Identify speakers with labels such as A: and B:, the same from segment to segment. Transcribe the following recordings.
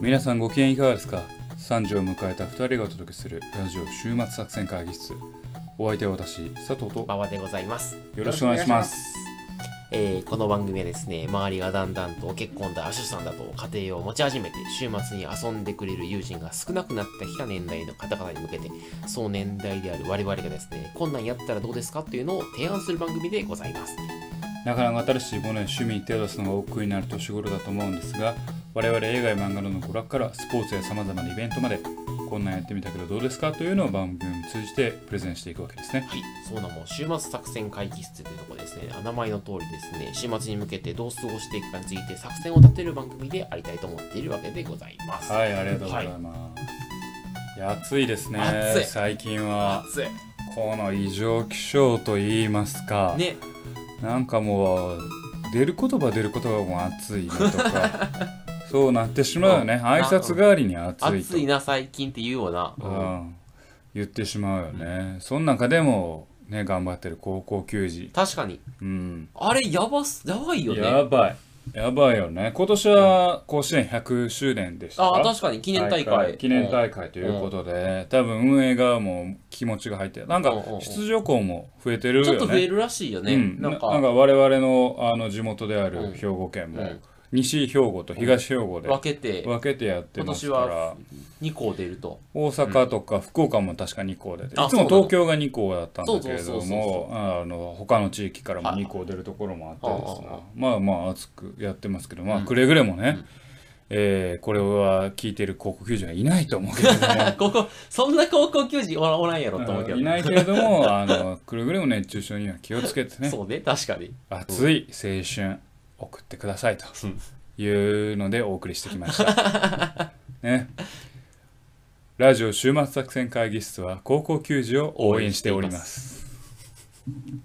A: 皆さんご機嫌いかがですか ?3 時を迎えた2人がお届けするラジオ週末作戦会議室。お相手は私、佐藤と
B: 馬場でございます。
A: よろしくお願いします。
B: えーこの番組はですね、周りがだんだんと結婚だ、出産だと家庭を持ち始めて、週末に遊んでくれる友人が少なくなってきた年代の方々に向けて、その年代である我々がですね、こんなんやったらどうですかというのを提案する番組でございます。
A: なかなか新しいものや趣味に手を出すのが億劫になる年頃だと思うんですが、我々映画や漫画などの娯楽からスポーツや様々なイベントまで、こんなんやってみたけどどうですかというのを番組を通じてプレゼンしていくわけですね。
B: はい、そうなもん週末作戦会議室というところですね、あ名前の通りですね、週末に向けてどう過ごしていくかについて作戦を立てる番組でありたいと思っているわけでございます。
A: はい、ありがとうございます。いや暑いですね
B: 暑い
A: 最近は
B: 暑い。
A: この異常気象と言いますか、
B: ね、
A: なんかもう出る言葉出る言葉も暑いねと かそうなってしまうよね
B: うん
A: 挨拶代わりに暑いと
B: 暑いな最近って言うような。
A: う
B: うん
A: ん、言ってしまうよね、その中でもね頑張ってる高校球児
B: 確かに。
A: うん
B: あれ、やばす、やばいよ
A: や
B: ね。
A: ばいやばいよね今年は甲子園100周年でした
B: ああ、確かに、記念大会。
A: 記念大会ということで、多分運営側も気持ちが入ってなんか
B: うんうんうん
A: 出場校も増えてるよ
B: ち
A: ね
B: ょっと増えるらしいよね。
A: うん、な
B: な
A: なん
B: ん
A: か
B: か、
A: 我々のあの地元であ
B: う
A: る
B: ん
A: 兵庫県も、
B: うん
A: 西兵庫と東兵庫で
B: 分けて、
A: 分けてやって
B: 今
A: ま
B: 年
A: すから、
B: は2校出ると。
A: 大阪とか福岡も確か2校出て、
B: あ
A: いつも東京が2校だったんだけれ
B: そう
A: ど
B: そうそうそ
A: もあの他の地域からも
B: はい
A: 2校出るところもあってですね
B: ああああ
A: まあまあ熱くやってますけど、まあ、
B: うん
A: くれぐれもね、えーこれは聞いてる高校球児がいないと思うけど ね
B: ここ、そんな高校球児おらおらんやろと思うけ
A: うん
B: ど。
A: いないけれどもあのくれぐれも熱中症には気をつけてね
B: そうね、確かに。
A: 熱い青春送ってくださいというのでお送りしてきました。ね、ラジオ週末作戦会議室は高校球児を応援しております。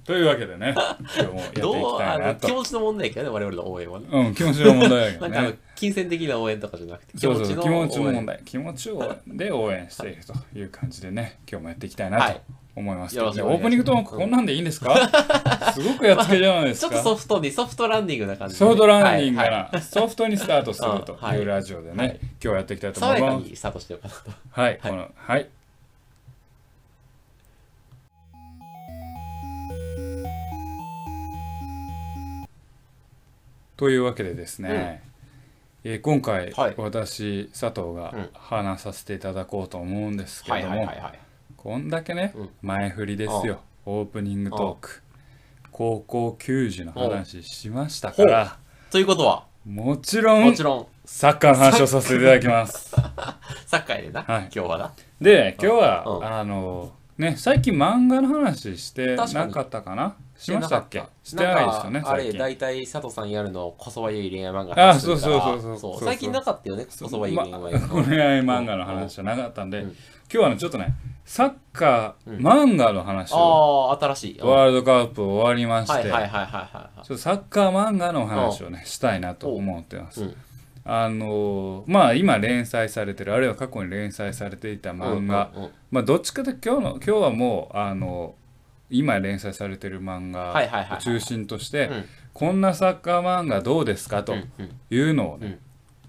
A: というわけでね、今日もやってい
B: ど
A: き
B: う、
A: た
B: あ
A: いな
B: の、気
A: と。
B: 持ちの問題やけどね、我々の応援はね。
A: うん、気持ちの問題だけ
B: な
A: ど
B: んかあの
A: ね。、
B: 金銭的な応援とかじゃなくて、
A: そうそう気持ちの
B: 応
A: 問
B: 援
A: 題気持ちをで応援しているという感じでね今日もやっていきたいな
B: は
A: と
B: い
A: 思いますけどね、
B: よろしくお願いします
A: オープニングトークこんなんでいいんですかすごくやっつけじゃないです
B: ちょ
A: か
B: っとソフトに、ソフトランディングな感じでね
A: ソフトランディング
B: は
A: か
B: いはい
A: らソフトにスタートすると
B: うんはい
A: いうラジオでね、
B: はい
A: 今日はやっていきたいと思
B: 爽
A: い
B: やか
A: ます。
B: にスタートしてようかなと。
A: はい、このはい。というわけでですね、えー今回、
B: はい
A: 私佐藤が
B: うん
A: 話させていただこうと思うんですけ
B: は
A: れ
B: い
A: ど
B: はい
A: も
B: はいはい。
A: こんだけね、
B: うん
A: 前振りですよオープニングトーク高校球児の話しましたから
B: ということは、
A: もちろん
B: もちろ ん、
A: サッカーの話をさせていただき ます。
B: サッカーやでな、
A: はい
B: 今日はな。
A: で、今日は、
B: うん
A: あの、ね、最近漫画の話してな
B: 確かに
A: かったかなしましたっけして
B: な
A: ない
B: ん
A: で
B: か
A: すよね、
B: あれ、
A: 最近。
B: 大体佐藤さんやるの、こそばゆい恋愛漫画
A: あ
B: 話するから
A: そうそうそうそうそうそう
B: 最近なかったよね、こそばゆい恋愛 漫
A: ま恋愛漫画の話じゃなかったんで、
B: うん
A: 今日はね、ちょっとね、サッカー、
B: うん
A: 漫画の話を、
B: ああ、新しい。うんは
A: ワールドカップ終わりま
B: い
A: し
B: はい
A: て、
B: はいはいは
A: ちょっとサッカー漫画の話をね、したいなと思ってます
B: い。うん。
A: あのまあ今連載されてるあるいは過去に連載されていた漫画、
B: うんうんうん
A: まあどっちかというと今日の今日はもうあの今連載されてる漫
B: はいはいはい
A: 画
B: は
A: を
B: い
A: 中心として、
B: うん
A: こんなサッカー漫画どうですかと
B: うんうん
A: いうのをね、
B: うん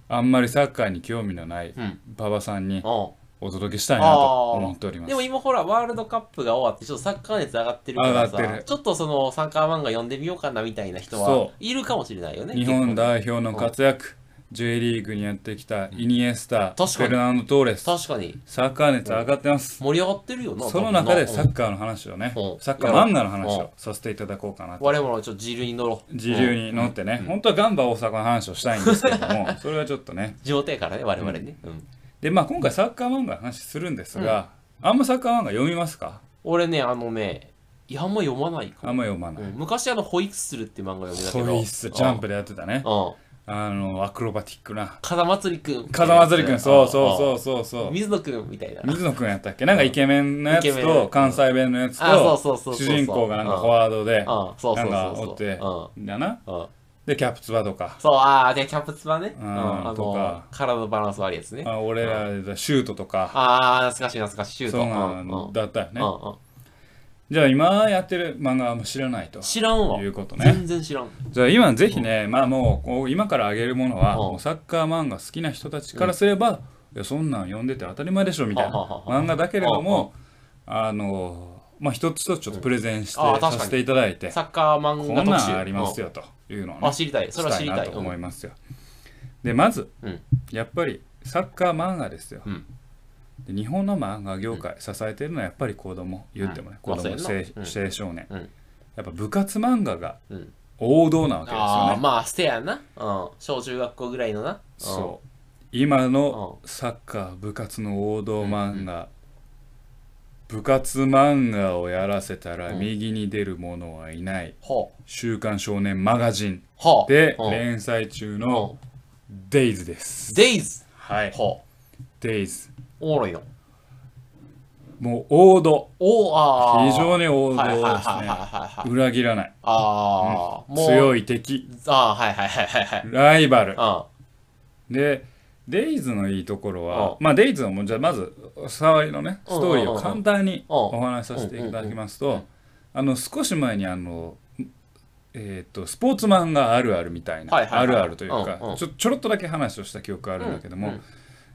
A: あんまりサッカーに興味のない
B: うん
A: 馬場さんに
B: うん
A: お届けしたいなと思っております
B: でも。今ほらワールドカップが終わってちょっとサッカー熱上がってるから
A: 上がってる
B: さちょっとそのサッカー漫画読んでみようかなみたいな人
A: そ
B: は
A: う
B: いるかもしれないよね
A: 日本代表の活躍、J リーグにやってきたイニエスタ、
B: うん
A: フェルナンド・トーレス、
B: 結構確かに
A: サッカー熱上がってます。
B: 盛り上がってるよな
A: その中で
B: 多分
A: サ
B: な
A: ッカーの話をね、
B: うん
A: サッカー漫画の話
B: う
A: を
B: ん
A: させていただこうかなと。
B: 我々もちょっと自流に乗ろう
A: 自由に乗ってね、本当はガンバ大阪の話をしたいんですけど も、それはちょっとね。
B: 状態からね我々ね、うん
A: で、まあ今回サッカー漫画の話するんですが、あんまサッカー漫画読みますか
B: 俺ねあのねいやあんま読まないか
A: あんま読まな
B: も、
A: い。
B: うん昔あの「ホイッスル」って漫画読んでたけど
A: ホイッスル、ジャンプ
B: で
A: でやってたね。
B: うん
A: あの、アクロバティックな。
B: 風間りくん
A: 風間鶴くん、そうそう
B: う
A: そ
B: ん
A: うそうそう。
B: 水野くんみたいな
A: 水野くんやったっけなんかイケメンのや
B: イケ
A: つ
B: メ
A: と
B: ン
A: 関西弁のやつ
B: あそ
A: と
B: うそうそうそう
A: 主人公がなんかフォワードで
B: うんそう
A: な
B: そ
A: ん
B: う
A: か
B: そうそう
A: おって
B: う
A: だな
B: うんうん
A: でキャプツバとか
B: そう、ああ、で、キャプツバね。
A: う
B: うんん、あ
A: とか
B: の、体のバランス悪いやつね。
A: あ俺らでシュートとか
B: ああ、懐かしい懐かしい、シュート。
A: そうなんだったよね
B: うんうんうん
A: じゃあ今やってる漫画はあんま知らないと
B: 知らんわ
A: いうことね
B: 全然知らん
A: じゃあ今ぜひね、まあもうこう今からあげるものは、
B: うん
A: もうサッカー漫画好きな人たちからすれば、いやそんなん読んでて当たり前でしょみたいな
B: はははは
A: 漫画だけれども、あのまあ一つ一つちょっとプレゼンして、
B: うんあー確か
A: さ
B: に
A: せていただいて、
B: サッカー漫
A: こ
B: 画
A: ん
B: 特
A: な
B: 集
A: んありますよというのを
B: うんあ
A: ね、
B: 知りたいそれは
A: したい
B: 知り
A: な
B: たい
A: と
B: うん
A: 思いますよ。でまず、
B: うん
A: やっぱりサッカー漫画ですよ。
B: うん
A: で日本の漫画業界支えてるのはやっぱり子供言ってもね、
B: うん
A: 子供
B: まあ
A: 青
B: そうやんな
A: 青少年、
B: うん
A: やっぱ部活漫画が
B: うん
A: 王道なわけですよね。
B: ああまあせやな、うん、小中学校ぐらいのな、うん、
A: そう今のサッカー部活の王道漫画、部活漫画をやらせたら
B: うん
A: 右に出る者はいない
B: ほう
A: 「週刊少年マガジン
B: ほ」う
A: で
B: ほう
A: 連載中
B: ほ
A: の「デイズです
B: うデイズ
A: はい
B: ほう
A: 「デイズ
B: おもろいの
A: もう王道
B: おおああ
A: 非常に王
B: はいはい
A: 道
B: はい
A: です
B: はい
A: ね
B: はいはい
A: 裏切らない
B: ああ、もう
A: 強
B: い
A: い敵
B: ああはいはいはいはいはい
A: ライバル
B: あ
A: でデイズのいいところは
B: う
A: まあデイズのもうじゃあまず触りのねス
B: うん
A: トーリー
B: うん
A: を
B: うん
A: 簡単に
B: うん
A: お話しさせていただきますとあの少し前にあのえー、とスポーツ漫画あるあるみたいな、
B: はいはいはい
A: あるあるというか、
B: うんうん
A: ちょちょろっとだけ話をした記憶があるんだけども、
B: うんうん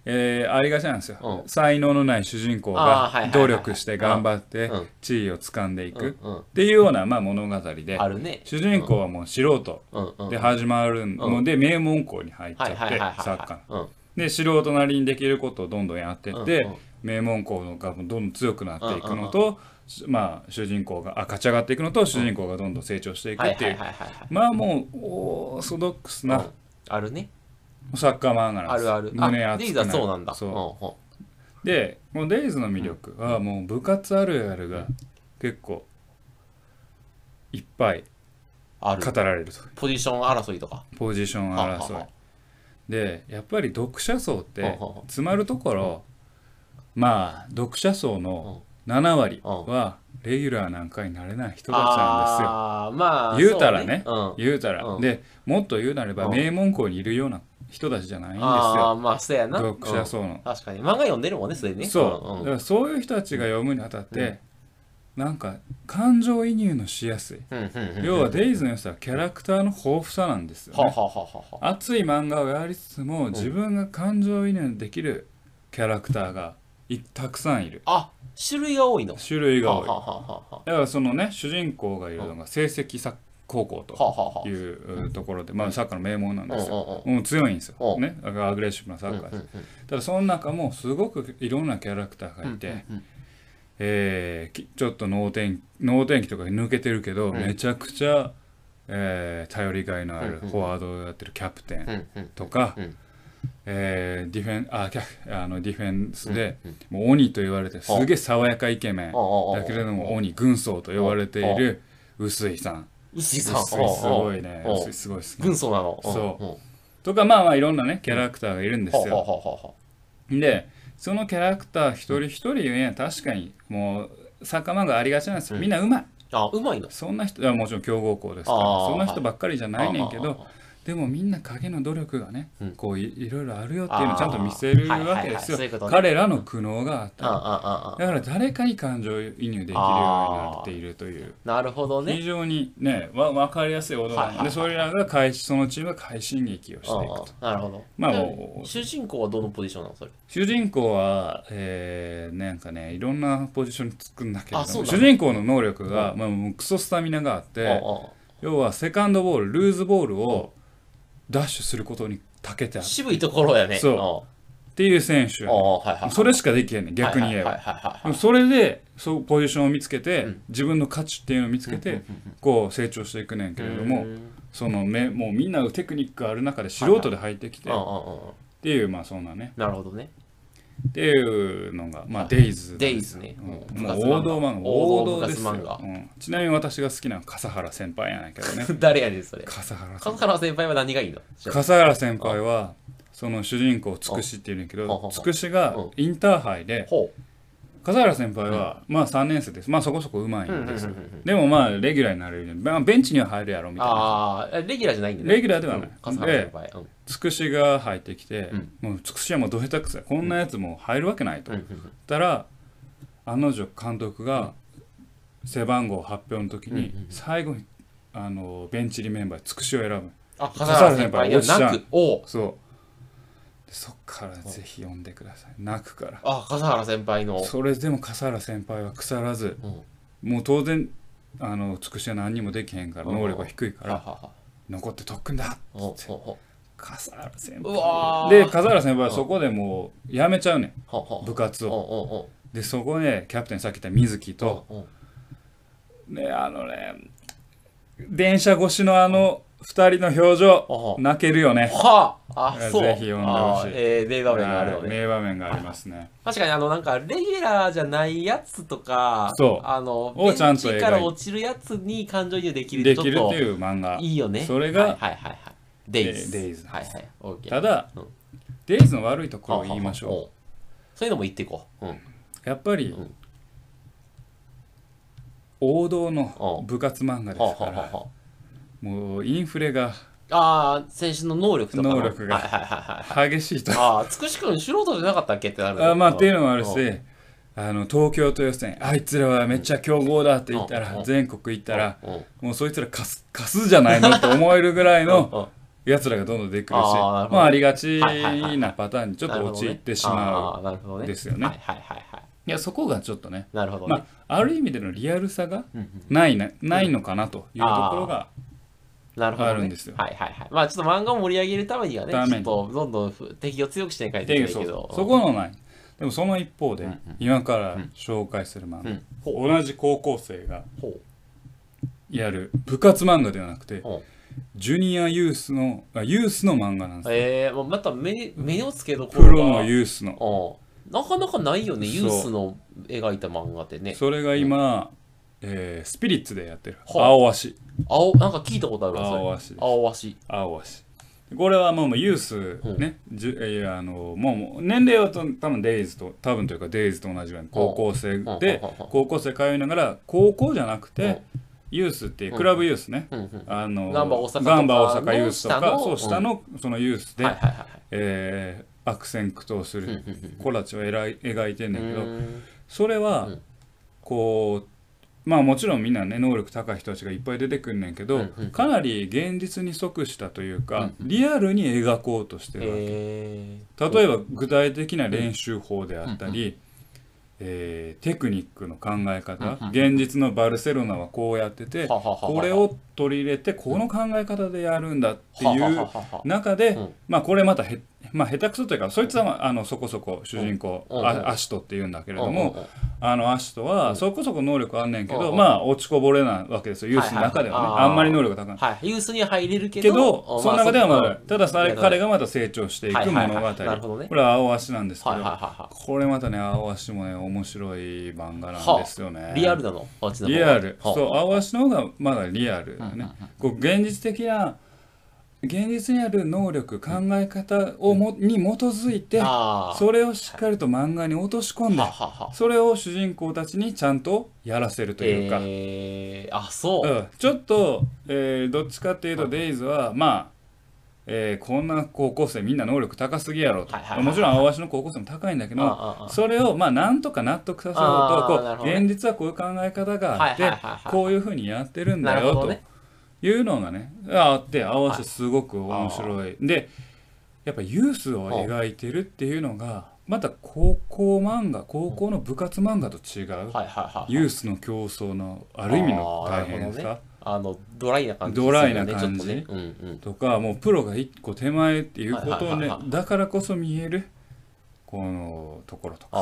A: えーありがちなんですよ、
B: う
A: 才能のない主人公
B: あーはいはいはい
A: が
B: は
A: 努
B: い
A: 力して頑張って
B: うん
A: 地位を掴んでい
B: うん
A: く
B: うん
A: っていうような、まあ、物語で
B: あるね
A: 主人公はもう素人
B: うんうん
A: で始まるので名門校に入っちゃっ
B: はい
A: て
B: はいはいはい
A: サッカーの
B: ー
A: で素人なりにできることをどんどんやってっ
B: うんう
A: て
B: ん
A: 名門校がどんどん強くなっていくのとしまあ主人公があ勝ち上がっていくのと主人公がどんどん成長していく
B: はい
A: っ
B: は
A: てい
B: いはいうはいはい
A: まあもうオーソドックス
B: う
A: なん
B: あるね
A: サッカー漫画なん
B: あ
A: です
B: るあるあ
A: 胸熱
B: デ
A: く
B: イズ
A: な
B: は
A: る
B: そうなんだ
A: そ
B: うん
A: う
B: うん
A: でこのデイズの魅力はもう部活あるあるが結構いっぱい
B: ある
A: 語られると
B: ポジション争いとか
A: ポジション
B: は
A: 争
B: はい
A: でやっぱり読者層って
B: ははは
A: 詰まるところまあ読者層の7割はレギュラーなんかになれない人たちなん
B: ああーまあ
A: 言うたらね
B: そううん
A: ですよ言うたら
B: うん
A: でもっと言うなれば
B: うん
A: 名門校にいるような人たちじゃないんです
B: ああ
A: よ
B: まあそうやな
A: 読者層
B: うん
A: の
B: 確かに漫画読んでるもんねそれね
A: そうだ
B: ん
A: か
B: うん
A: らそういう人たちが読むにあたってなんか感情移入のしやすい
B: うんうんうん
A: 要はデイズの良さはキャラクターの豊富さなんですよ
B: はは
A: ね
B: ははは
A: 熱い漫画をやりつつも自分が感情移入できるキャラクターがいたくさんいる
B: あ種類が多いの
A: 種類が多い
B: ははははは
A: だからそのね主人公がいるのが成績さ高校
B: は
A: と
B: はは
A: いうところでまあサッカーの名門なんですよ
B: うん
A: もう強いんですよ
B: うん
A: ねだからアグレッシブなサッカー
B: う
A: で
B: ん
A: す
B: うんうん
A: ただその中もすごくいろんなキャラクターがいて
B: うんうんうん
A: えーきちょっと脳天脳天気とか抜けてるけど
B: ん
A: めちゃくちゃえー頼りがいのある
B: う
A: フ
B: んうん
A: ォワードをやってるキャプテン
B: うんうん
A: とか
B: うん、
A: えーディフェンあキャあのディフェンスで
B: うん
A: もう鬼と言われてすげえ爽やかイケメン
B: ああ
A: だけれども鬼軍曹と呼ばれている臼井さん
B: 薄い
A: 臼井
B: さん
A: すごいね
B: うん
A: 臼井すごいですね
B: 軍曹なの
A: そ
B: うんうん
A: とかまあまあいろんなねキャラクターがいるんです
B: はは
A: よ
B: ははは
A: でそのキャラクター一人一人ね確かにもうサッカー漫画ありがちなんですよみんなうまい
B: あうまいの
A: そんな人はもちろん強豪校ですか
B: あ
A: ら
B: ー
A: そんな人ばっかりじゃないねんけ
B: ああ
A: どでもみんな影の努力がね
B: うん
A: こういいろいろあるよっていうのをちゃんと見せる
B: あー
A: わけですよ
B: はいはいはいそういうことね
A: 彼らの苦悩があっ
B: ああ
A: た
B: ああああ
A: だから誰かに感情移入できるようになっているという
B: なるほど
A: 非
B: ね
A: 常にねわ分かりやすい踊り
B: はいはい
A: な
B: は
A: ん
B: い
A: でそれらが快そのチームが快進撃をしていくと
B: ああなるほど
A: まあ
B: で
A: もう
B: 主人公はどのポジションなのそれ
A: 主人公はえーなんかねいろんなポジションにつくんだけれ
B: あ
A: ど
B: そう
A: も
B: だ
A: 主人公の能力がまあもうクソスタミナがあっ
B: あ
A: て
B: あ
A: 要はセカンドボールルーズボールをダッシュすることに長けてある
B: 渋いところやね
A: そっていう選手
B: うんうんはいはい
A: それしかできへんねん逆に言えば
B: はいはいはいはい
A: で
B: はい
A: もそれでそうポジションを見つけて
B: うん
A: 自分の価値っていうのを見つけてこう成長していくねんけれども
B: うん
A: そのめもうみんなテクニックがある中で素人で入ってきて
B: うんう
A: っ
B: んうんうん
A: ていうまあそんなね
B: なるほどね
A: っていうのがまあ
B: はい
A: デイズ
B: デイズね
A: うん
B: うん
A: もう
B: 部活漫画
A: 王道漫画王
B: 王道
A: 道ですよ
B: 部活漫画
A: うんちなみに私が好きなのは笠原先輩やないけど ね
B: 誰やねんそれ
A: 笠原先
B: 笠
A: 輩
B: 原先輩は何がいいの
A: 笠原先輩はその主人公つくしっていうんだけ
B: うんうんう
A: ど
B: ん
A: つくしが
B: うん
A: インターハイで
B: ほ
A: 笠原先輩は、まあ3年生ですまあそこそこうまい
B: うん
A: ですよ、
B: うんうんうんうん
A: でもまあレギュラーになれるようにまあベンチには入るやろみたいな
B: ああレギュラーじゃないんだね
A: レギュラーではない、
B: うん笠原
A: で
B: 先輩うん
A: つくしが入ってきて、
B: うん
A: もうつくしはもうど下手くさいこんなやつもう入るわけないと、
B: うんう
A: 言っ
B: んうん
A: たら案の定監督が、背番号発表の時に
B: うんうん
A: 最後にあのベンチリメンバーつくしを選ぶ
B: あ、
A: 笠
B: 笠
A: 原
B: 原
A: 先
B: 先
A: 輩
B: 輩ではな
A: おっし
B: く、おう
A: そうでそっからぜひ読んでください泣くから
B: あ、笠原先輩の。
A: それでも笠原先輩は腐らず
B: うん
A: もう当然あのつくしは何にもできへんから
B: うん
A: 能力が低いか
B: はは
A: ら
B: は
A: 残って特訓だ
B: おおお
A: 笠原先
B: う
A: 輩
B: わ
A: で
B: ー
A: 笠原先輩はそこでもうやめちゃうねん
B: ほほ
A: 部活
B: お
A: を
B: おお
A: でそこでキャプテンさっき言った水木と
B: お
A: ねあのね電車越しのあの2人の表情
B: うん
A: 泣けるよね
B: はあ、あ、そう。
A: ぜひ読んでほしい
B: あーえー、名場面があるの
A: はい
B: ね。
A: 名場面がありますね
B: 確かにあのなんかレギュラーじゃないやつとか、
A: そう
B: あの
A: をちゃんと描いて
B: ベンチから落ちるやつに感情移入できる
A: できるって
B: ちょっ
A: いう漫画
B: といいよね。
A: それが
B: はいはいはいはい。デイズ。
A: デイズ
B: はいはい。オッケー。
A: ただ
B: うん
A: デイズの悪いところを言いまし
B: はは
A: ょ
B: は。そういうのも言っていこう。うん。
A: うやっぱり
B: うん
A: 王道の部活漫画ですか
B: ははは
A: ら
B: は
A: もうインフレが
B: ああ、選手の能力とかの。
A: 能力が
B: はいはいはいはい。
A: 激しいと
B: ああ、つくし君素人じゃなかったっけってなる
A: あまあっていうのもある
B: うん
A: しあの東京都予選あいつらはめっちゃ強豪だって言った
B: う
A: ら
B: ん
A: 全国行ったら
B: うんうん
A: もうそいつら貸す貸すじゃないのって思えるぐらいの
B: うん
A: やつらがどんどん出てくるし
B: あーなるほど
A: まあ、ありがち
B: はいはいはい
A: なパターンにちょっと陥ってしまう、
B: う。なるほどね。
A: ですよね
B: はいはいはいはい。
A: いやそこがちょっとね、
B: なるほどね。
A: まあ、ある意味でのリアルさが
B: うんうん
A: ないな,、ないのかなというところが
B: なるほど、ね。
A: あるんですよ
B: はいはいはい。まあちょっと漫画を盛り上げるためにはね、
A: た
B: ち
A: め
B: ょっ
A: に
B: とどんどんふ敵を強くしていかないとい
A: 定
B: け
A: 義
B: な
A: そ
B: いけ
A: う
B: ど。
A: そこのないでもその一方で、
B: うんうん
A: 今から紹介する漫
B: う
A: 画
B: ん、
A: 同じ高校生が
B: ほう
A: やる部活漫画ではなくて
B: ほう。
A: ジュニアユースのあユースの漫画なんですよ
B: えー、もうまた目目をつけどこ
A: プロ
B: ろが
A: のユースの
B: うんなかなかないよね、
A: そう
B: ユースの描いた漫画ってね。
A: それが今、えースピリッツでやってる
B: ほう
A: 青足
B: 青、なんか聞いたことあるわ、それ。
A: 青足です
B: 青足。
A: 青足これはもうもうユース
B: うん
A: ね、じゅいやあのもうもう年齢はと多分デイズと多分というかデイズと同じぐらいの高校生
B: うん
A: で
B: うん
A: 高校生通いながら高校じゃなく
B: う
A: て
B: ん
A: ユースっていうクラブユースね、
B: うんうん。
A: あの
B: ガンバ大阪とか
A: ガンバ大阪ユースとか
B: の下の
A: そう下のそのユースで、
B: はいはいはい。
A: えー悪戦苦闘す
B: うんう
A: る
B: ん
A: 子たちを描い描いてんだけ
B: う
A: ど
B: ん
A: それは
B: うん
A: こうまあもちろんみんなね能力高い人たちがいっぱい出てくんねんけ
B: うん
A: ど
B: うん
A: かなり現実に即したという
B: う
A: か
B: ん
A: リアルに描こうとしてるわけ
B: えー、
A: 例え
B: ば、
A: ば具体的な練習法であったりえーテクニックの考え方
B: うん
A: 現実のバルセロナはこうやってて
B: はははは
A: これを取り入れてこの考え方でやるんだってい
B: ははは
A: う
B: はは
A: 中で、
B: うん
A: まあこれまたへ、まあ、下手くそというかそいつは、まあ、あのそこそこ主人公、
B: うんうん
A: あアシトっていうんだけれど
B: うん
A: も、
B: うんうん
A: あのアシトはそこそこ能力あんねんけ
B: うん
A: ど、
B: うん
A: まあ落ちこぼれなわけですよユースの中ではね、
B: はいはいあ
A: あ
B: ー
A: んまり能力が高い。
B: はい、ユースには入れるけど、
A: けど、
B: あ
A: その中ではま
B: そ
A: だ
B: っか
A: ただそれ
B: いや
A: 彼がまた成長していく
B: はい
A: 物
B: はい
A: 語、
B: はいなるほどね
A: これは青足なんですけど、
B: はいはいは
A: これまたね青足もね面白い漫画なんですよ
B: い
A: ね
B: はい。リアルなの、あっちの方
A: リアル
B: は
A: そう青足の方がまだリアルだね、こう現実的な現実にある能力考え方をも、に基づいて
B: あー
A: それをしっかりと漫画に落とし込んだ
B: ははは。
A: それを主人公たちにちゃんとやらせるというか、
B: えー、あ、そう。
A: うん、ちょっと、えーどっちかっていうと
B: うん
A: デイズはまあえーこんな高校生みんな能力高すぎやろと
B: はいはいはいはい
A: もちろん青足の高校生も高いんだけ
B: あ
A: ど
B: ああ
A: それをまあなんとか納得させよう
B: あー
A: と
B: なる
A: こ
B: ほ
A: う、
B: どね
A: 現実はこういう考え方があって、
B: はいはいはいはい
A: こういうふうにやってるん
B: な
A: だ
B: るほ
A: よ
B: ど
A: と
B: ね。
A: いうのがねあって合わせすごく面白い、でやっぱユースを描いてるっていうのがまた高校漫画高校の部活漫画と違う、
B: はいはいはい。
A: ユースの競争のある意味の大変さ、
B: あーなるほどねあの、ドライな感じ、
A: ドライな感じ
B: ちょっとね。うんうん。
A: とかもうプロが一個手前っていうこと
B: はい
A: を
B: はい
A: ね
B: はいはい
A: だからこそ見えるこのところと
B: あ
A: か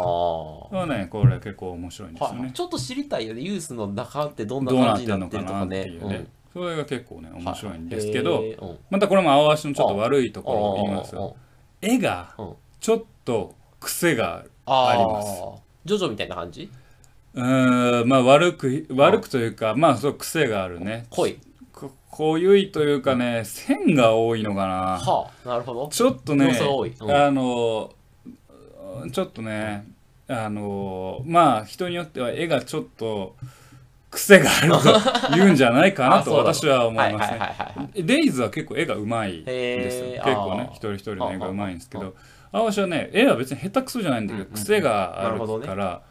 B: あ。
A: はねこれ結構面白いんですよ
B: はい
A: ね。
B: ちょっと知りたいよね、ユースの中ってどんな
A: どうな
B: 感
A: っ
B: じ
A: て
B: に
A: ん
B: な
A: の
B: って
A: か
B: ると
A: な
B: か
A: って
B: ね。
A: いうね、それが結構ね面白いん
B: うん
A: ですけど、
B: へーうん
A: またこれも青足のちょっと悪いところを言います
B: うんうん
A: よ絵が
B: うん
A: ちょっと癖がある
B: あ
A: あり
B: ー
A: ます
B: ジョジョみたいな感じ
A: うーんまあ悪く悪くというかまあそう癖があるね
B: 濃い。
A: こ濃ゆいというかね線が多いのかな
B: はあ、なるほど。
A: ちょっとね、
B: 要素が多いうん
A: あのちょっとね、あのまあ人によっては絵がちょっと癖がある と言うんじゃないかなと
B: あそうだ
A: 私は思いま
B: は
A: す
B: いはい
A: ね。
B: はいはい。
A: デイズは結構絵がうまいんですよ
B: へー
A: 結構ね
B: あー
A: 一人一人の絵がうまいんですけ
B: あ
A: ど青シはね絵は別に下手くそじゃないんだけど、
B: うんうんうん
A: 癖がある
B: なるほ
A: から。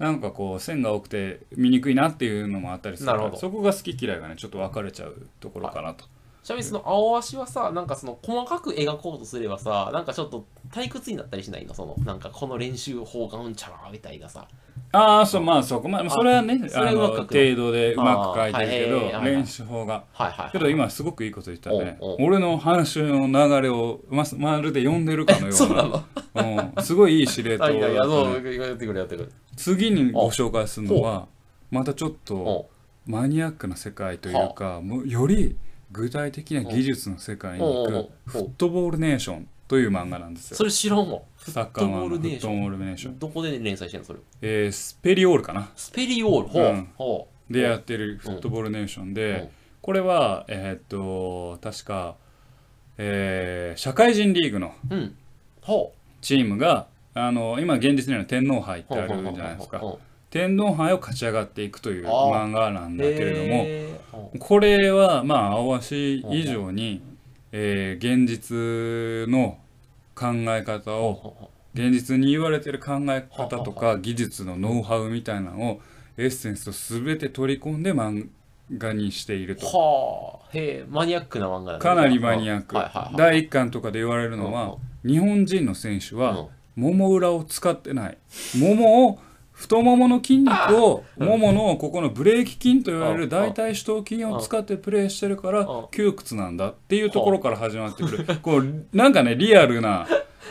A: なんかこう線が多くて見にくいなっていうのもあったりするか
B: なる
A: ら
B: ほど
A: そこが好き嫌いがねちょっと分かれちゃうところかなと
B: ちなみにその青足はさ、なんかその細かく描こうとすればさ、なんかちょっと退屈になったりしないのその、なんかこの練習法がうんちゃらみたいなさ。
A: ああそうまあそこまあそれはね
B: そ
A: あ
B: れはうま
A: の
B: く書
A: 程
B: くよ
A: 度でうまく書いてるけ
B: あーはいはいはい
A: ど
B: はい
A: 練習法が
B: はいはい、はい。
A: けど今すごくいいこと言ったね
B: おうおう
A: 俺の話の流れをままるで読んでるかのよ
B: そううな
A: な
B: の
A: うんすごいいい司令塔
B: あ、 いやいや、
A: だった
B: そ
A: ね
B: う、やってくれやってくれ。
A: 次にご紹介するのはまたちょっと
B: お
A: マニアックな世界というかもうより具体的な技術の世界に行
B: おうおう
A: く「フ
B: おうおう
A: ットボールネーション」という漫画なんです
B: そ
A: よ。
B: れ知らんわ。
A: サッカー漫画の
B: フ
A: フ
B: ットボールネー
A: ットボールネー
B: ション
A: ション。
B: どこで連載してんのそれ。
A: えースペリオールかな
B: スペリオール。ほう。
A: うん
B: ほう。
A: でやってる「フットボールネーションで」
B: うん
A: これはえーっと確か、えー社会人リーグの
B: うん。ほ
A: チームがあの今現実にある天皇杯っ
B: う。
A: てあるじゃないですか
B: ほうほうほうほう
A: 天皇杯を勝ち上がっていくという
B: あー
A: 漫画なんだけれども、
B: へーほう
A: これはまあ青足以上に、えー現実の考え方を
B: ほうほ
A: 現実に言われてる考え方と
B: ほうほ
A: か技術のノウハウみたいなのをエッセンスと全て取り込んで漫画にしている
B: う
A: と
B: はあ。へえ、マニアックな漫画だね
A: かなりマニアック
B: はいはいはい、
A: 第1巻とかで言われるの
B: うん
A: は日本人の選手
B: う
A: は
B: ん
A: 桃裏を使ってない桃を太ももの筋肉をもものここのブレーキ筋と言われ
B: う
A: る
B: ん
A: 大腿四頭筋を使ってプレーしてるから
B: うん
A: 窮屈なんだっていうところから始まってくるこうなんかねリアル な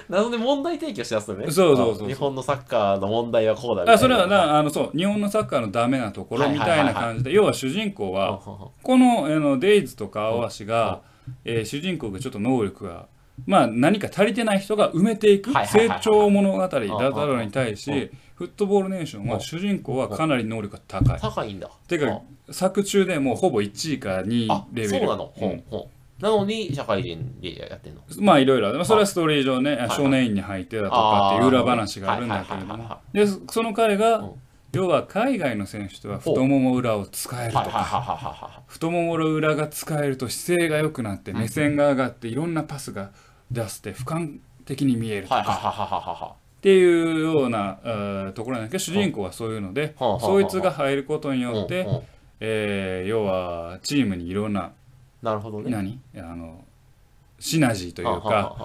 B: なので問題提起をしだすよね。
A: そうそうそうそう
B: あ日本のサッカーの問題はこうだみたいな。
A: あそれはなあのそう日本のサッカーのダメなところみたいな感じで要は主人公
B: うんうんうん
A: はこのあのデイズとか青足
B: うんうん
A: が、えー主人公がちょっと能力が、まあ、何か足りてない人が埋めていく
B: はいはいはい
A: 成
B: は
A: 長
B: い
A: 物語だった
B: うんうん
A: の
B: うん
A: に対
B: う
A: しフットボールネーション
B: う
A: は
B: ん
A: 主人公はかなり能力が高い。
B: 高いんだ。
A: て
B: うん
A: か作中でもうほぼ1位か2
B: あ
A: 位、レ
B: そ
A: ベ
B: う
A: ル
B: なの。ほ
A: うん
B: うほうなのに、社会人でやってんの。
A: まあいろいろあるまあそれはストーリー上ね
B: い
A: 少年院に入ってたとかっていう裏話があるんだけれど
B: はいはいはいはい
A: も
B: は
A: でその彼
B: う
A: が
B: ん
A: 要は海外の選手とは太もも裏を使えると
B: はいはいはい
A: か
B: はいは
A: 太ももの裏が使えると姿勢が良くなって目線が上がっていろんなパスが出せて俯瞰的に見える
B: い
A: と
B: はいはいはい
A: か
B: は
A: っていうようなえーところなんだけど主人公はそういうので
B: はあはあはあ
A: そいつが入ることに
B: いはい。
A: よっ
B: うん
A: て
B: うん
A: えー要はチームにいろんな
B: なるほどね。
A: 何あのシナジーと
B: と
A: いうか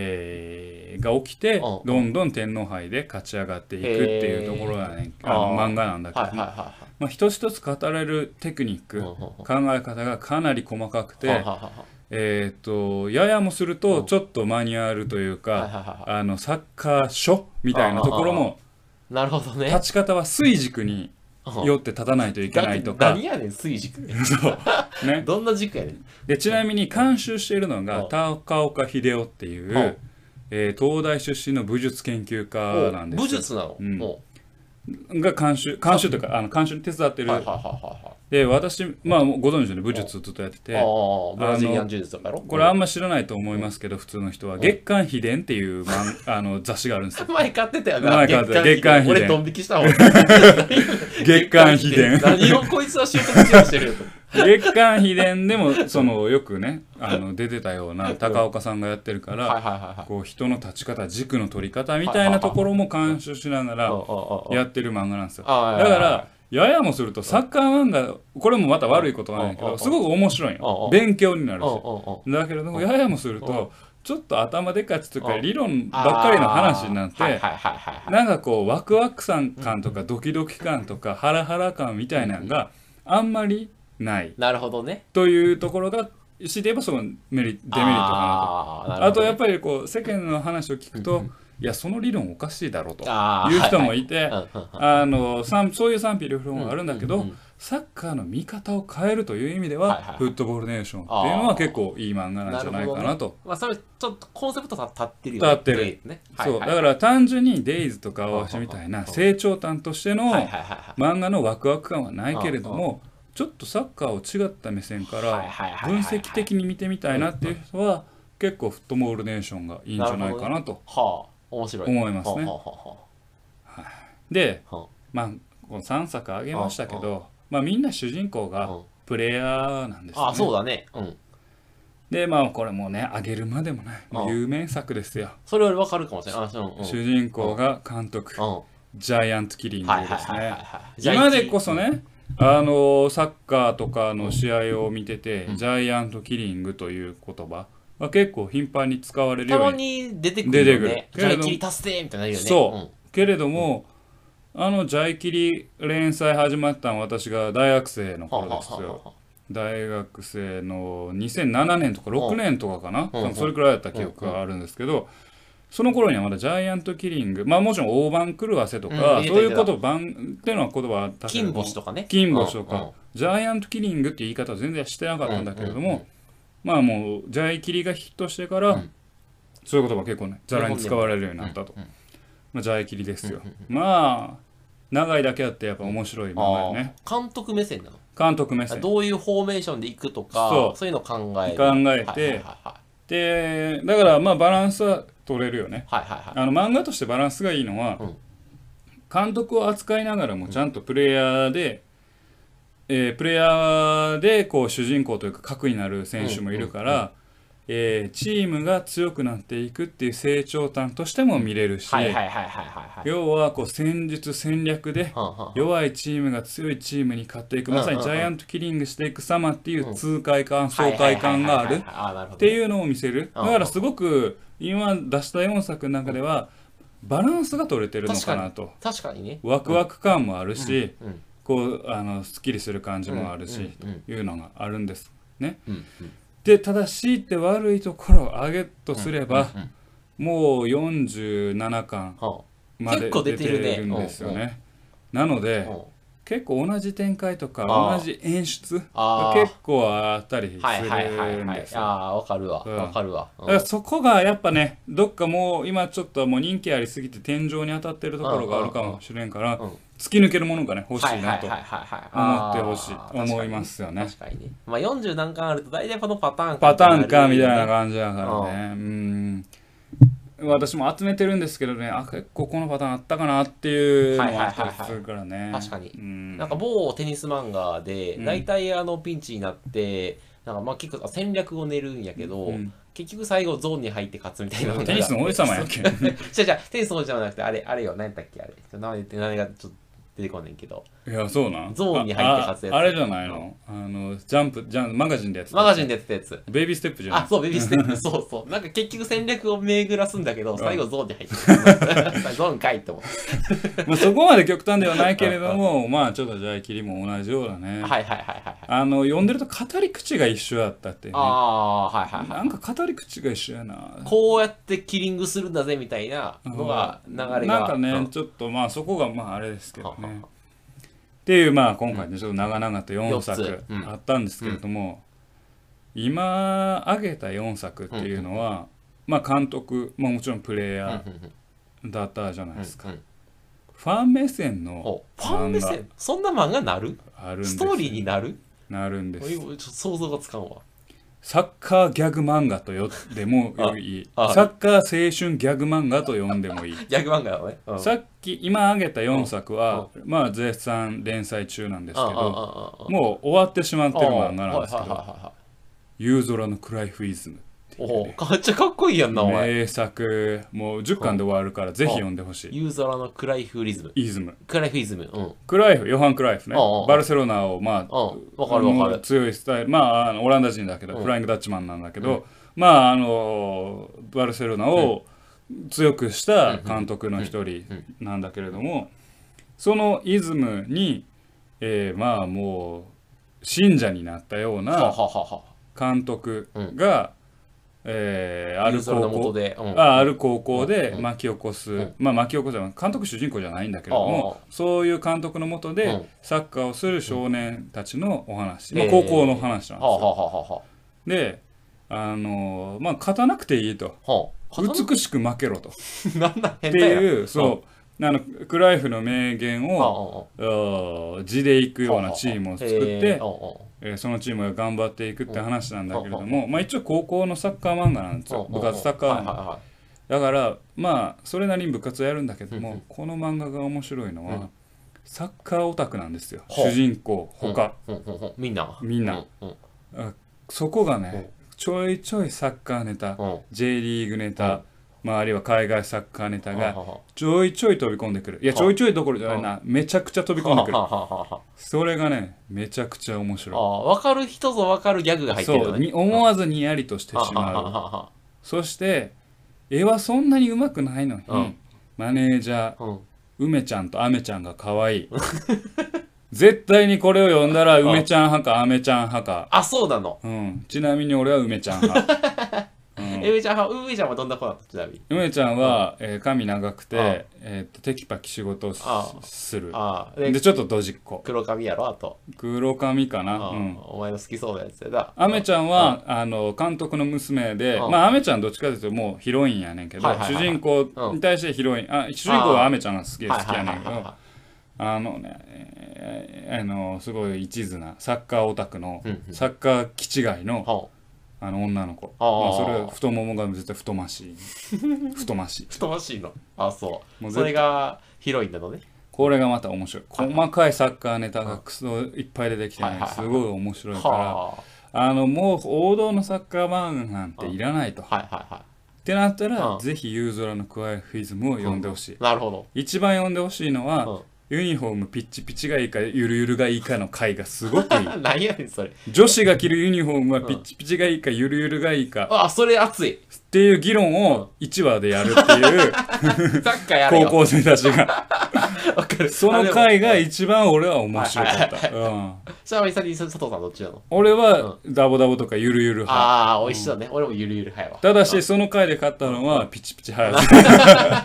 A: えーが起きて
B: うん
A: どんどん天皇杯で勝ち上がっていくっていうところがね
B: へー
A: あの
B: あー
A: 漫画なんだけ
B: はいはい
A: どね
B: は
A: まあ一つ一つ語られるテクニッ
B: い
A: ク
B: はい。うんう
A: 考
B: んうん
A: え方がかなり細かく
B: はい
A: て
B: はいはい
A: えー、とややもすると
B: うん
A: ちょっとマニュアルという
B: はいはい
A: か、
B: はいは
A: あのサッカー書みたいなところも
B: いなるほどね。
A: 立ち方は水軸に
B: うん
A: よって立たないといけないと
B: だっ
A: か
B: て何やねん、水軸。
A: そう、ね、
B: どんな軸やねん。
A: でちなみに監修しているの
B: う
A: が
B: ん
A: 高岡秀夫っていう、
B: うん
A: えー東大出身の武術研究家なんです
B: 武
A: よ
B: 術なの。
A: うん
B: お
A: が監修監修というかあの監修に手伝ってる、
B: はいはいはいはいはい。
A: で私まあご存知のように武術をずっとやってて、
B: ああ、ブラジリアン柔術とかやろ
A: これあんま知らないと思いますけど普通の人は「月刊秘伝」っていうまんあの雑誌があるんですよ
B: 前買ってたよな。
A: 前買ってた
B: 月 刊
A: 月刊
B: 秘
A: 秘伝
B: 伝俺ドン引きしたわ。
A: 月刊秘伝
B: 何をこいつは習得しようとしてるよと。
A: 月刊秘伝でもそのよくねあの出てたような高岡さんがやってるか
B: はいはい
A: ら
B: はいはい。
A: こう人の立ち方軸の取り方みたいなところも監修しながら
B: や
A: やってる漫画なんですよだ
B: ああ
A: からややもするとサッカー漫画これもまた悪いことはないけ
B: うんうん
A: ど
B: うん
A: すごく面白い
B: うんう
A: よ
B: ん
A: 勉強になる
B: う
A: し
B: んうんうん
A: だけれどもややもするとちょっと頭でかちとか
B: うん
A: 理論ばっかりの話になっ
B: はい
A: て
B: はいはいはいはい。
A: なんかこうワクワクさん感とかドキドキ感とかハラハラ感みたいなのがあんまりない
B: なるほどね。
A: というところが強いて言えばそのメリデメリットかなとあ
B: あーなるほど
A: と
B: ね
A: やっぱりこう世間の話を聞くと、いやその理論おかしいだろうと
B: あー
A: いう人もいて、
B: はいはいうんうんうん
A: あの賛そういう賛否両論があるんだけど、
B: うんうんうん
A: サッカーの見方を変えるという意味では、
B: はいはいはい
A: フットボールネーションっていうのは結構いい漫画なんじゃないかなと。
B: まあそれちょっとコンセプトが立ってるよね。
A: 立ってる
B: いいね。はい
A: そ
B: は
A: う
B: い
A: だから単純に「デイズとか「アワシ」みたいな成長端として
B: はい
A: の
B: はいはいはい。
A: 漫画のワクワク感はないけれどもちょっとサッカーを違った目線か
B: はい
A: ら
B: はいはいはい
A: 分析的に見てみたいなっていう人は結構フットボールネーションがいいんじゃないかなと
B: はあ、面白い。
A: 思いますね
B: はあはあは
A: で
B: あは
A: まあこの3作挙げましたけ
B: う
A: どまあみんな主人公
B: あ
A: が
B: うん
A: プレイヤーなんです
B: あ
A: よ
B: あ、そう
A: ね
B: だね。うん。
A: でまあこれもうね挙げるまでもないもう有名作ですよ
B: それはわかるかもしれない。あ、うんうん。
A: 主人公が監督
B: うん
A: ジャイアントキリング
B: はい
A: で
B: はい
A: す
B: はいはい
A: ね。
B: はい。じゃあ
A: 今でこそね、あのサッカーとかの試合を見てて、ジャイアントキリングという言葉は結構頻繁に使われる
B: た
A: よう
B: ま
A: に。
B: に出てくるよね。
A: 出てくるけれど
B: ジャイキリ達成みたいになるよね。
A: そう、けれども、あのジャイキリ連載始まったの私が大学生の
B: うん。はあ
A: 頃
B: は
A: です
B: あはあ
A: よ。
B: はあ
A: 大学生の2007年とか6年とかかな、
B: うん
A: 多分それくらいだった記憶があるんですけど、その頃にはまだジャイアントキリングまあもちろん大盤狂わせとか、
B: うん
A: そういうこと番っていうのは言葉はあったけれど
B: 金
A: も
B: 星とかね。
A: 金星とか、
B: うんうん
A: ジャイアントキリングっていう言い方は全然してなかったんだけれども、
B: うんうんうん
A: まあもうジャイキリがヒットしてから、
B: うん
A: そういう言葉結構ねざらに使われるようになったと、まあ、ジャイキリですよ、まあ長いだけあってやっぱ面白い漫画よね
B: あー監督目線なの
A: 監督目線
B: どういうフォーメーションで行くとか
A: そ
B: そうういうのを考える
A: 考えて
B: はいはいは
A: でだからまあバランスは取れるよね
B: いはいはいはいはい
A: あの漫画としてバランスがいいのは、
B: うん
A: 監督を扱いながらもちゃんとプレイヤーで、えープレイヤーでこう主人公というか核になる選手もいるから、えーチームが強くなっていくっていう成長端としても見れるし、
B: はいはいはいはいはいはい
A: 要はこう戦術戦略で
B: はんはん
A: 弱いチームが強いチームに勝っていくまさ
B: うん
A: に
B: うん
A: ジ
B: うん
A: ャイアントキリングしていく様っていう痛快感爽快感がある
B: あーなるほど
A: っていうのを見せる
B: う
A: だ
B: ん
A: からすごく今出した4作の中ではバランスが取れてるのかなと
B: 確かにね
A: ワクワク感もあるし
B: うん
A: こうあのすっきりする感じもあるし
B: うんうん
A: というのがあるんですね。
B: うんうん
A: でただ強いて悪いところを挙げとすれば
B: うん
A: もう47巻
B: は
A: まで
B: 結構
A: 出
B: 出
A: て
B: てるね
A: るんですよね。なの
B: あ
A: で
B: うん
A: 結構同じ展開とか
B: あー
A: 同じ演出
B: あ
A: が
B: ー
A: 結構あったりする
B: はいはいはい
A: ん
B: は
A: で
B: い
A: すよ。
B: ああーわかるわ
A: うん
B: わかるわ
A: だ
B: うん
A: からそこがやっぱねどっかもう今ちょっともう人気ありすぎて天井に当たってるところがあるかもしれんから
B: うんうん
A: 突き抜けるものがね欲しいなと
B: はいはいはい
A: 思っ
B: はい
A: て
B: は
A: ほ
B: い
A: しい
B: あー
A: 思いますよね
B: 確かにねまあ40何巻あると大体このパターン
A: パターンか
B: み
A: み
B: た
A: たい
B: いな
A: な
B: のが
A: 感じだからねうん私も集めてるんですけどねあ結構このパターンあったかなっていうのもあったりするからね
B: はいはいはいはい確かに
A: うん
B: なんか某テニス漫画で、
A: うん
B: 大体あのピンチになって、なんかまあ結構戦略を練るんやけど、
A: うん
B: 結局最後ゾーンに入って勝つみたいなのが
A: テニス の王子様やっけい
B: じゃじゃテニスの王子様じゃなくて、あれ、あれよ、何やったっけ、あれ。ちょっと名前出て名前がちょっと出てこないけど、
A: やそうなん
B: ゾーンに入って勝つやつ
A: あああれじゃないのあのジャンプジャンマガジンでやつ
B: マガジンでやってたやつ。
A: ベイビーステップじゃない
B: あ、そう、ベビーステップ、 そうそう。なんか結局戦略を巡らすんだけど、最後ゾーンに入ってくる ゾーンかいって思う。
A: まあそこまで極端ではないけれどもまあちょっとじゃあキリも同じようだね、
B: はいはいはいはいはい。
A: あの読んでると語り口が一緒やったってね
B: ああー、はいはいはい。
A: なんか語り口が一緒やな
B: こうやってキリングするんだぜみたいなのが流れが。
A: なんかね、
B: う
A: ちょっとまあそこがまああれですけど
B: はは
A: ねっていうまあ今回ねちょっと長々と4
B: 四
A: 作
B: つうん
A: あったんですけれども、今挙げた4作っていうのは、まあ監督、まあ、もちろんプレイヤ
B: うんうんうん
A: ーだったじゃないですか、
B: うんうん
A: ファン目線の
B: おファン目
A: 漫
B: 線そんな漫画なる
A: あるんです
B: ストーリーになる
A: なるん
B: お
A: です
B: いおいちょっと想像がつかんわ。
A: サッカーギャグ漫画とよでもいい
B: ああ
A: サッカー青春ギャグ漫画と呼んでもいい
B: ギャグ漫画だね。うん
A: さっき今挙げた4作はまあ絶賛連載中なんですけ
B: ああ
A: ど
B: ああああ
A: もう終わってしまってる漫画なんですけ
B: はいはい
A: ど
B: はいはいは
A: 「
B: い
A: 夕空のクライフイズム
B: おおめっちゃかっこいいやん」な、お前。
A: 名作もう10巻で終わるからぜひ読んでほしい
B: ユーザーのクライフリズム。
A: イズム
B: クライフリズム。うん。
A: クライフヨハン・クライフね
B: ああああ
A: バルセロナをまあ
B: うん。わかるわか
A: もう
B: る。
A: 強いスタイルまああのオランダ人だけど、
B: うん
A: フライングダッチマンなんだけど、まああのバルセロナを強くした監督の一人なんだけれども、そのイズムに、えーまあもう信者になったよう
B: はは
A: な
B: はは。
A: 監督が、えーあ
B: ユ
A: る
B: ーザーの元
A: 高校
B: で。うん。
A: あある高校で
B: うん
A: 巻き起こす、
B: うん
A: まあ巻き起こすじゃない監督主人公じゃないんだけれども
B: あ
A: そういう監督のもと
B: う
A: で
B: ん
A: サッカーをする少年たちのお話、
B: うん
A: まあ、
B: えー
A: 高校の話なん
B: は
A: です
B: は
A: よ。
B: ははは。
A: であのーまあ勝たなくていいと
B: は
A: 美しく負けろとっ
B: あ。 なんだ
A: て
B: 変態やん。
A: いうそうあのクライフの名言
B: うんうん
A: を
B: うん
A: あー字でいくようなチームを作っ
B: へ
A: て
B: ー、うんうん
A: えーそのチームが頑張っていくって話なんだけれど
B: う
A: も、まあ、一応高校のサッカー漫画なんですよ部活サッカー
B: はい
A: 漫画
B: はいはい
A: だからまあそれなりに部活をやるんだけども、
B: うんうん
A: この漫画が面白いのは、
B: うん
A: サッカーオタクなんですよ
B: ほう
A: 主人公他、
B: うんうんうんうんみんな
A: みんな
B: うんうん
A: あそこがねちょいちょいサッカーネタ
B: うん
A: J リーグネ
B: う
A: タ、周りは海外サッカーネタ
B: は
A: が
B: はは
A: ちょいちょい飛び込んでくるいや
B: は
A: ちょいちょいどころじゃないなめちゃくちゃ飛び込んでくる
B: ははははは
A: それがねめちゃくちゃ面白
B: あ分かる人ぞ分かるギャグが
A: い
B: 入ってる
A: そ
B: よ
A: う
B: ね
A: に思わずにやりとして
B: は
A: し
B: ははは
A: まう
B: は
A: そして絵はそんなにうまくないのに
B: うん
A: マネージャー
B: うん
A: 梅ちゃんとアメちゃんが可愛い 絶対にこれを読んだら梅ちゃん派かアメちゃん派か
B: あそうなの
A: うんちなみに俺は梅ちゃん派 うん
B: えめちゃんはうめちゃんはどんな子だったちなみに
A: 梅ちゃんは、えー髪長く
B: あ
A: て、えー、とテキパキ仕事をす
B: あ
A: する
B: ああ
A: で
B: で
A: ちょっとドジっ子
B: 黒髪やろあと
A: 黒髪か
B: あ
A: な
B: あ
A: うん
B: お前の好きそうなやつやな
A: アメちゃんはあの監督の娘で
B: あ
A: まあアメちゃんどっちかというともうヒロインやねんけど
B: はいはいは
A: 主
B: いはい
A: 人公に対してヒロインあ主人公はアメちゃんが好きで好きやねんけ
B: はいはいはい
A: ど
B: は
A: あのねえーあのすごい一途なサッカーオタクの
B: うんうん
A: サッカー気違いの
B: いほう
A: あの女の子
B: あー
A: まあそれは太ももが絶対太ましい太ましい
B: 太ましいのあそう
A: もう絶対
B: それがヒロインなのね
A: これがまた面白い細かいサッカーネタがクソいっぱい出てきて
B: はい
A: ね
B: はいはい
A: すごい面白いか
B: は
A: らあのもう王道のサッカー漫画なんていらないとっ
B: あはいはいは
A: てなった
B: う
A: ら
B: ん
A: ぜひユーゾラのクワイフィズムを読んでほしい
B: いなるほど
A: 一番読んでほしいの
B: う
A: は
B: ん
A: ユニフォームピッチピチがいいかゆるゆるがいいかの回がすごくいい
B: 何やねんそれ
A: 女子が着るユニフォームはピッチピチがいいかゆるゆるがいいか
B: あそれ熱い
A: っていう議論を1話でやるって いう
B: サッカーやれ
A: 高
B: よ
A: 校生たちが
B: わかる
A: そ
B: あ
A: の
B: でも
A: 回が一番俺は面白かった。うん
B: ちなみにさ佐藤さんどっちなの
A: 俺はダボダボとかゆるゆる派。
B: ああ美味しそうね俺もゆるゆる派やわ
A: ただし、その回で勝ったのはピチピチ派。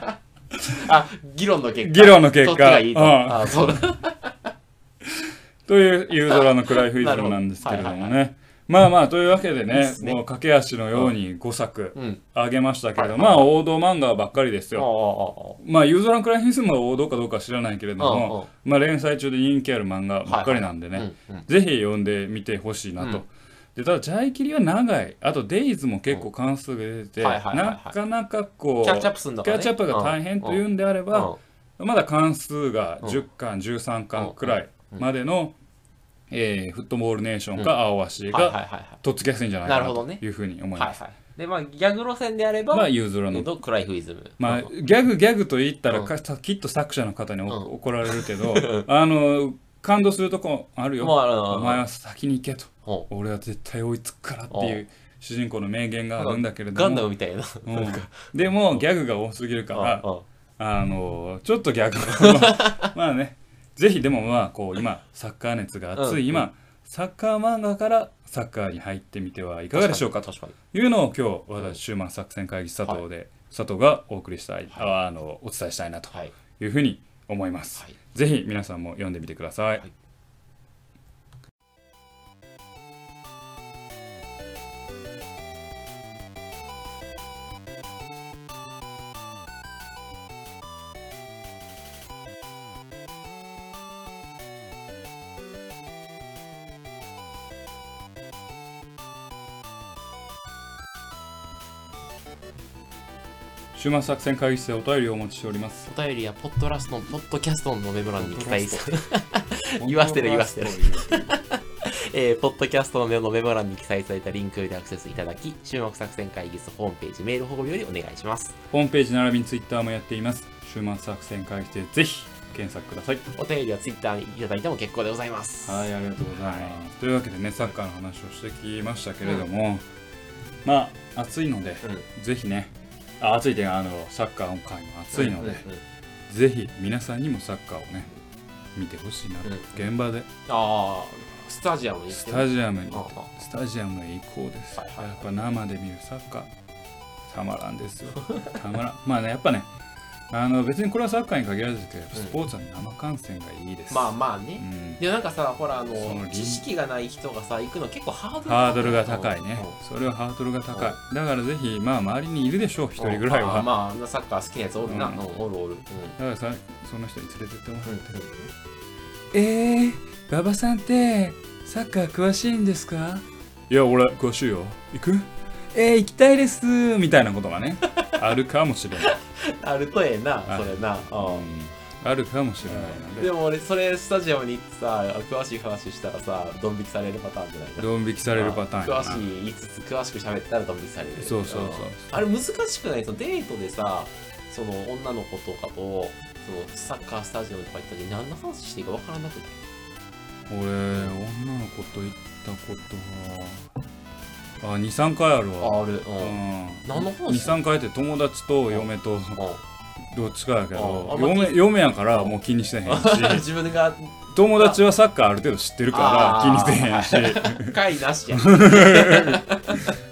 B: あ議論の結果
A: 議論の結果
B: そっちがいいと
A: うん
B: ああそうだ
A: というユーゾラのクライフイズムなんですけれども
B: なるほ
A: ね。まあまあ、というわけで
B: いいっ
A: ね、
B: すね
A: もう駆け足のように5作
B: うん
A: あげましたけれど、
B: はいは
A: まあ
B: い
A: 王道漫画ばっかりです
B: あ
A: よ。
B: あ
A: まあ、ユーゾラのクライフイズムは王道かどうか知らないけれど
B: うんうん
A: も、まあ連載中で人気ある漫画ばっかりなんで
B: あああ
A: ね、
B: うんうん
A: ぜひ読んでみてほしいな
B: う
A: と
B: ん。
A: でただ、ジャイキリは長い。あと、デイズも結構関数が出てて、
B: うんはいはいはいは
A: ないかなかこう、
B: キャッチアップするんだ
A: キャッチアップが大変というんであれ
B: は
A: ば、まだ関数が10巻、13巻くらいまでの、えーフットボールネーションか青足
B: はいはい
A: が
B: はいは
A: とっつきやすいんじゃないか
B: な
A: な
B: るほど
A: と
B: ね
A: いうふうに思
B: い
A: い
B: はい
A: ます。
B: はいでまあギャグ路線であれば
A: まあ、ユーズラの。
B: のクライフイズム
A: まあ、
B: うん
A: ギャグギャグと言ったら
B: うん
A: かさきっと作者の方にお
B: うん
A: 怒られるけ どあの感動するとこある
B: ま
A: よ
B: ああの
A: お前は先に行けと
B: うん
A: 俺は絶対追いつくからっていう主人公の名言があるんだけれ
B: ガ
A: ど
B: ンダム
A: も
B: みたいな
A: うんでもギャグが多すぎるから
B: うんうん
A: あのちょっと逆ま あまあねぜひでもまあこう今サッカー熱が熱
B: うん
A: い今、サッカー漫画からサッカーに入ってみてはいかがでしょうかと
B: 確かに
A: いうのを今日私週末作戦会議佐藤で、佐藤がお送りしたい、ああのお伝えしたいなと
B: はい
A: いうふうに思います、
B: はい
A: ぜひ皆さんも読んでみてください、
B: はい
A: 週末作戦会議室でお便りをお持ちしております
B: お便りやポッドラストのポッドキャストのメモ欄に記載さ 言わせてる言わせてるえーポッドキャストのメモのメモ欄に記載されたリンクよりアクセスいただき注目作戦会議室ホームページメールフォームよりお願いします
A: ホームページ並びにツイッターもやっています週末作戦会議室でぜひ検索ください
B: お便りはツイッターにいただいても結構でございます。
A: はい、ありがとうございます。というわけでね、サッカーの話をしてきましたけれども、まあ、暑いので、
B: う
A: ぜひね、あ暑いというかあの、サッカーの会も暑いので、
B: うんうんうん
A: ぜひ皆さんにもサッカーをね、見てほしいなと、
B: うん
A: 現場で、
B: ああ、スタジアムに行っ
A: ス
B: て
A: タ
B: ね
A: ジアムに、
B: ああ
A: スタジアムへ行こうです。
B: はいはいはい
A: やっぱ生で見るサッカー、たまらんですよ。 たまらん。まあね、やっぱね、あの別にこれはサッカーに限らずですけど、やっぱスポーツは生観戦がいいです。
B: まあまあ
A: う
B: ね。
A: ん
B: でもなんかさ、ほら、あの
A: その、リン
B: 知識がない人がさ、行くの結構ハードル
A: ハードルが高いね
B: うんうん。
A: それはハードルが高い。だからぜひ、まあ周りにいるでしょう、一人ぐらい
B: ああ
A: は。
B: まああんな、サッカー好きなやつおるな。
A: う
B: うんんおるおる。うん
A: だからさ、その人に連れてってもらって。
B: う
A: えー、馬場さんってサッカー詳しいんですかいや、俺詳しいよ。行くえー、行きたいです みたいなことがね、あるかもしれない。
B: んあるとええな
A: あ、
B: それな。うん
A: うんあるかもしれないので
B: でも俺それスタジオに行ってさ詳しい話したらさドン引きされるパターンじゃないか
A: ドン引きされるパターンやな
B: 詳しい言いつつ詳しく喋ったらドン引きされる
A: そうそうそうん
B: あれ難しくないそのデートでさその女の子とかとそのサッカースタジオとか行った時に何の話していいか分からなくて
A: 俺女の子と行ったことはあ23回あるわ
B: あるう
A: うんん
B: 何の話して
A: 23回って友達と嫁と
B: う
A: どっちかやけ
B: ああ
A: ど
B: んま
A: 嫁嫁やからもう気にしてへん
B: ん
A: し
B: 自分が
A: 友達はサッカーある程度知ってるから気にしてへんし
B: 回なしや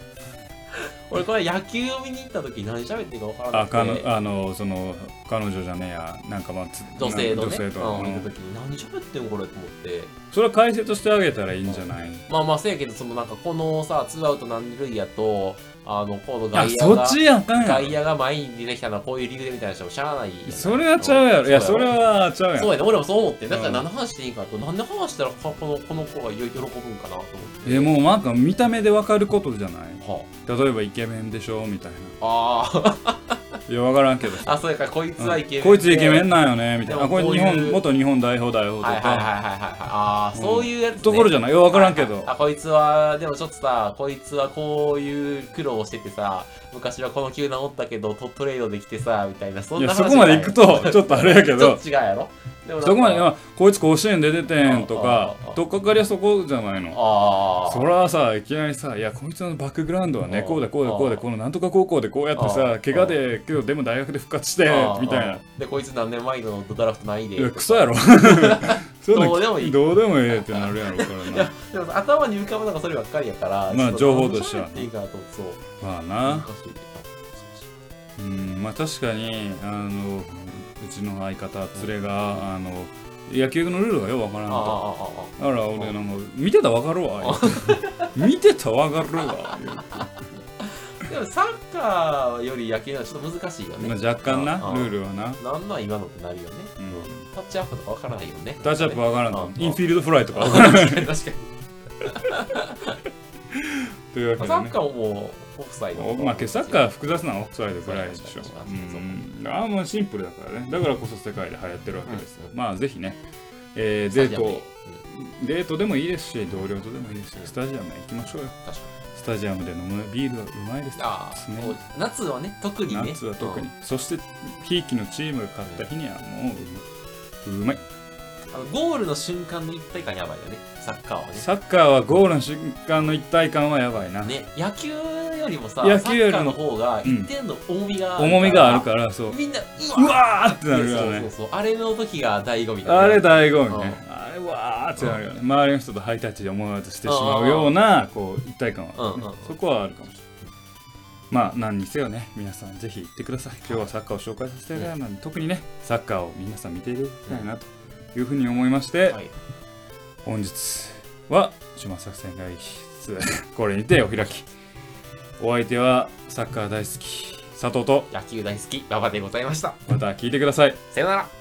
B: 俺これ野球を見に行った時何喋っていいか分からな
A: あ
B: くて
A: かのあのその彼女じゃねえやなんかまあつ
B: 女性のね
A: 女性と、
B: うん、
A: う
B: 見
A: ん
B: た時に何喋ってんのこれと思って
A: それは解説してあげたらいいんじゃない
B: まあまあせやけどそのなんかこのさツーアウト何塁やとあのこの
A: あ
B: 外野
A: そ
B: が
A: っちやんかんや
B: 外野が前に出てきたのはこういう理由でみたいな人もしゃあないやん
A: それはちゃうやろいやそれ
B: は
A: はちゃうや
B: そう
A: ろ
B: やね俺もそう思ってだから
A: うん
B: 何の話していいんかとなんで話したらここのこの子が喜ぶんかなと思って
A: えもうなんか見た目でわかることじゃない
B: は
A: 例えばイケメンでしょみたいな
B: ああー
A: いやわからん けどさ
B: あそうやからこいつはイケメンで
A: こいつイケメンなんよねみたいなあ
B: でもこ
A: こ
B: うい
A: れ
B: う
A: 日本元日本代表だよと
B: はいはいはいはい
A: か
B: はいはいああ
A: うん
B: そういうやつ、ね、
A: ところじゃないいやわからんけ
B: はい
A: ど
B: はいあこいつはでもちょっとさこいつはこういう苦労をしててさ昔はこの球団おったけどトトレードできてさみたいなそん
A: い
B: な
A: や
B: 話
A: そこまで行くとちょっとあれやけ
B: ちょ
A: ど
B: っと違うやろでもなんか
A: そこまであこいつ甲子園出ててんとか
B: あああ
A: とっかかりはそこじゃないの
B: ああ
A: そらさいきなりさ「いやこいつのバックグラウンドは
B: あ
A: ね
B: ー
A: こうでこうでこうで
B: あー
A: このなんとか高校でこうやって
B: あ
A: さ
B: ー
A: 怪我でけどでも大学で復活して
B: あ」ー
A: みたい
B: あ
A: な
B: ーでこいつ何年前のドラフトないで
A: いやクソやろ そ
B: どうでもいい
A: どうでもええってなるやろからな
B: でも頭に浮かぶのがそればっかりやから
A: まあ情報としては
B: はっていいかなと思ってそう
A: まあな
B: 難しい
A: うんまあ確かにあのうちの相方連れがあの野球のルールがよくわからん
B: あああ
A: と
B: あああ
A: だから俺なんか見てたらわかるわ言うて 見てたらわかるわ言うて
B: でもサッカーより野球はちょっと難しいよね。
A: まあ若干な
B: ああ
A: ルールはな
B: なんなん今のってなるよね。
A: うん
B: タッチアップとかわからないよね。
A: タッチアップわからん
B: ああ
A: のインフィールドフライとかわからん
B: 確かに確かに。
A: というわけ
B: ま
A: で
B: あサ
A: ね
B: ッカーももうオフサイド。
A: おまあ、サッカーは複雑なのはオフサイドぐらいでしょ
B: そ
A: う
B: う。ですねそうですね
A: ん、ああもうシンプルだからね。だからこそ世界で流行ってるわけですよ。
B: うん
A: まあぜひね、えー
B: ス
A: デ
B: タ
A: ー
B: ジアムにうん
A: ト、デートでもいいですし、同僚とでもいいですし、スタジアムへ行きましょうよ。
B: 確か
A: スタジアムで飲むビールはうまいです。
B: に。ああ、
A: ね
B: もう夏はね、特にね。
A: 夏は特に。そして、ひいきのチームが勝った日にはもう、うまい。
B: うん。あのゴールの瞬間の一体感やばいよね。サッカーはね。
A: サッカーはゴールの瞬間の一体感はやばいな。
B: ね、野球よりもさ、
A: 野球よりも
B: サッカーの方が一定の重みがあるから、
A: 重みがあるから、そう。
B: みんな、
A: う
B: うわ
A: わーってなるから
B: そう
A: ね
B: そう。そう。あれの時が醍醐味だ
A: あ
B: ね
A: れ醍醐味ね
B: う。
A: あれわーってなるよね。周りの人とハイタッチで思わずしてしまうようなこう一体感はあるね
B: うんうんうん
A: そこはあるかもしれない。まあ何にせよね、皆さんぜひ行ってください。今日はサッカーを紹介させていただいたので、特にね、サッカーを皆さん見ていただきたいなというふうに思いまして、
B: はい。
A: 本日は島作戦会議室、これにてお開き。お相手はサッカー大好き、佐藤と、
B: 野球大好き、馬場でございました。
A: また聞いてください。
B: さよなら。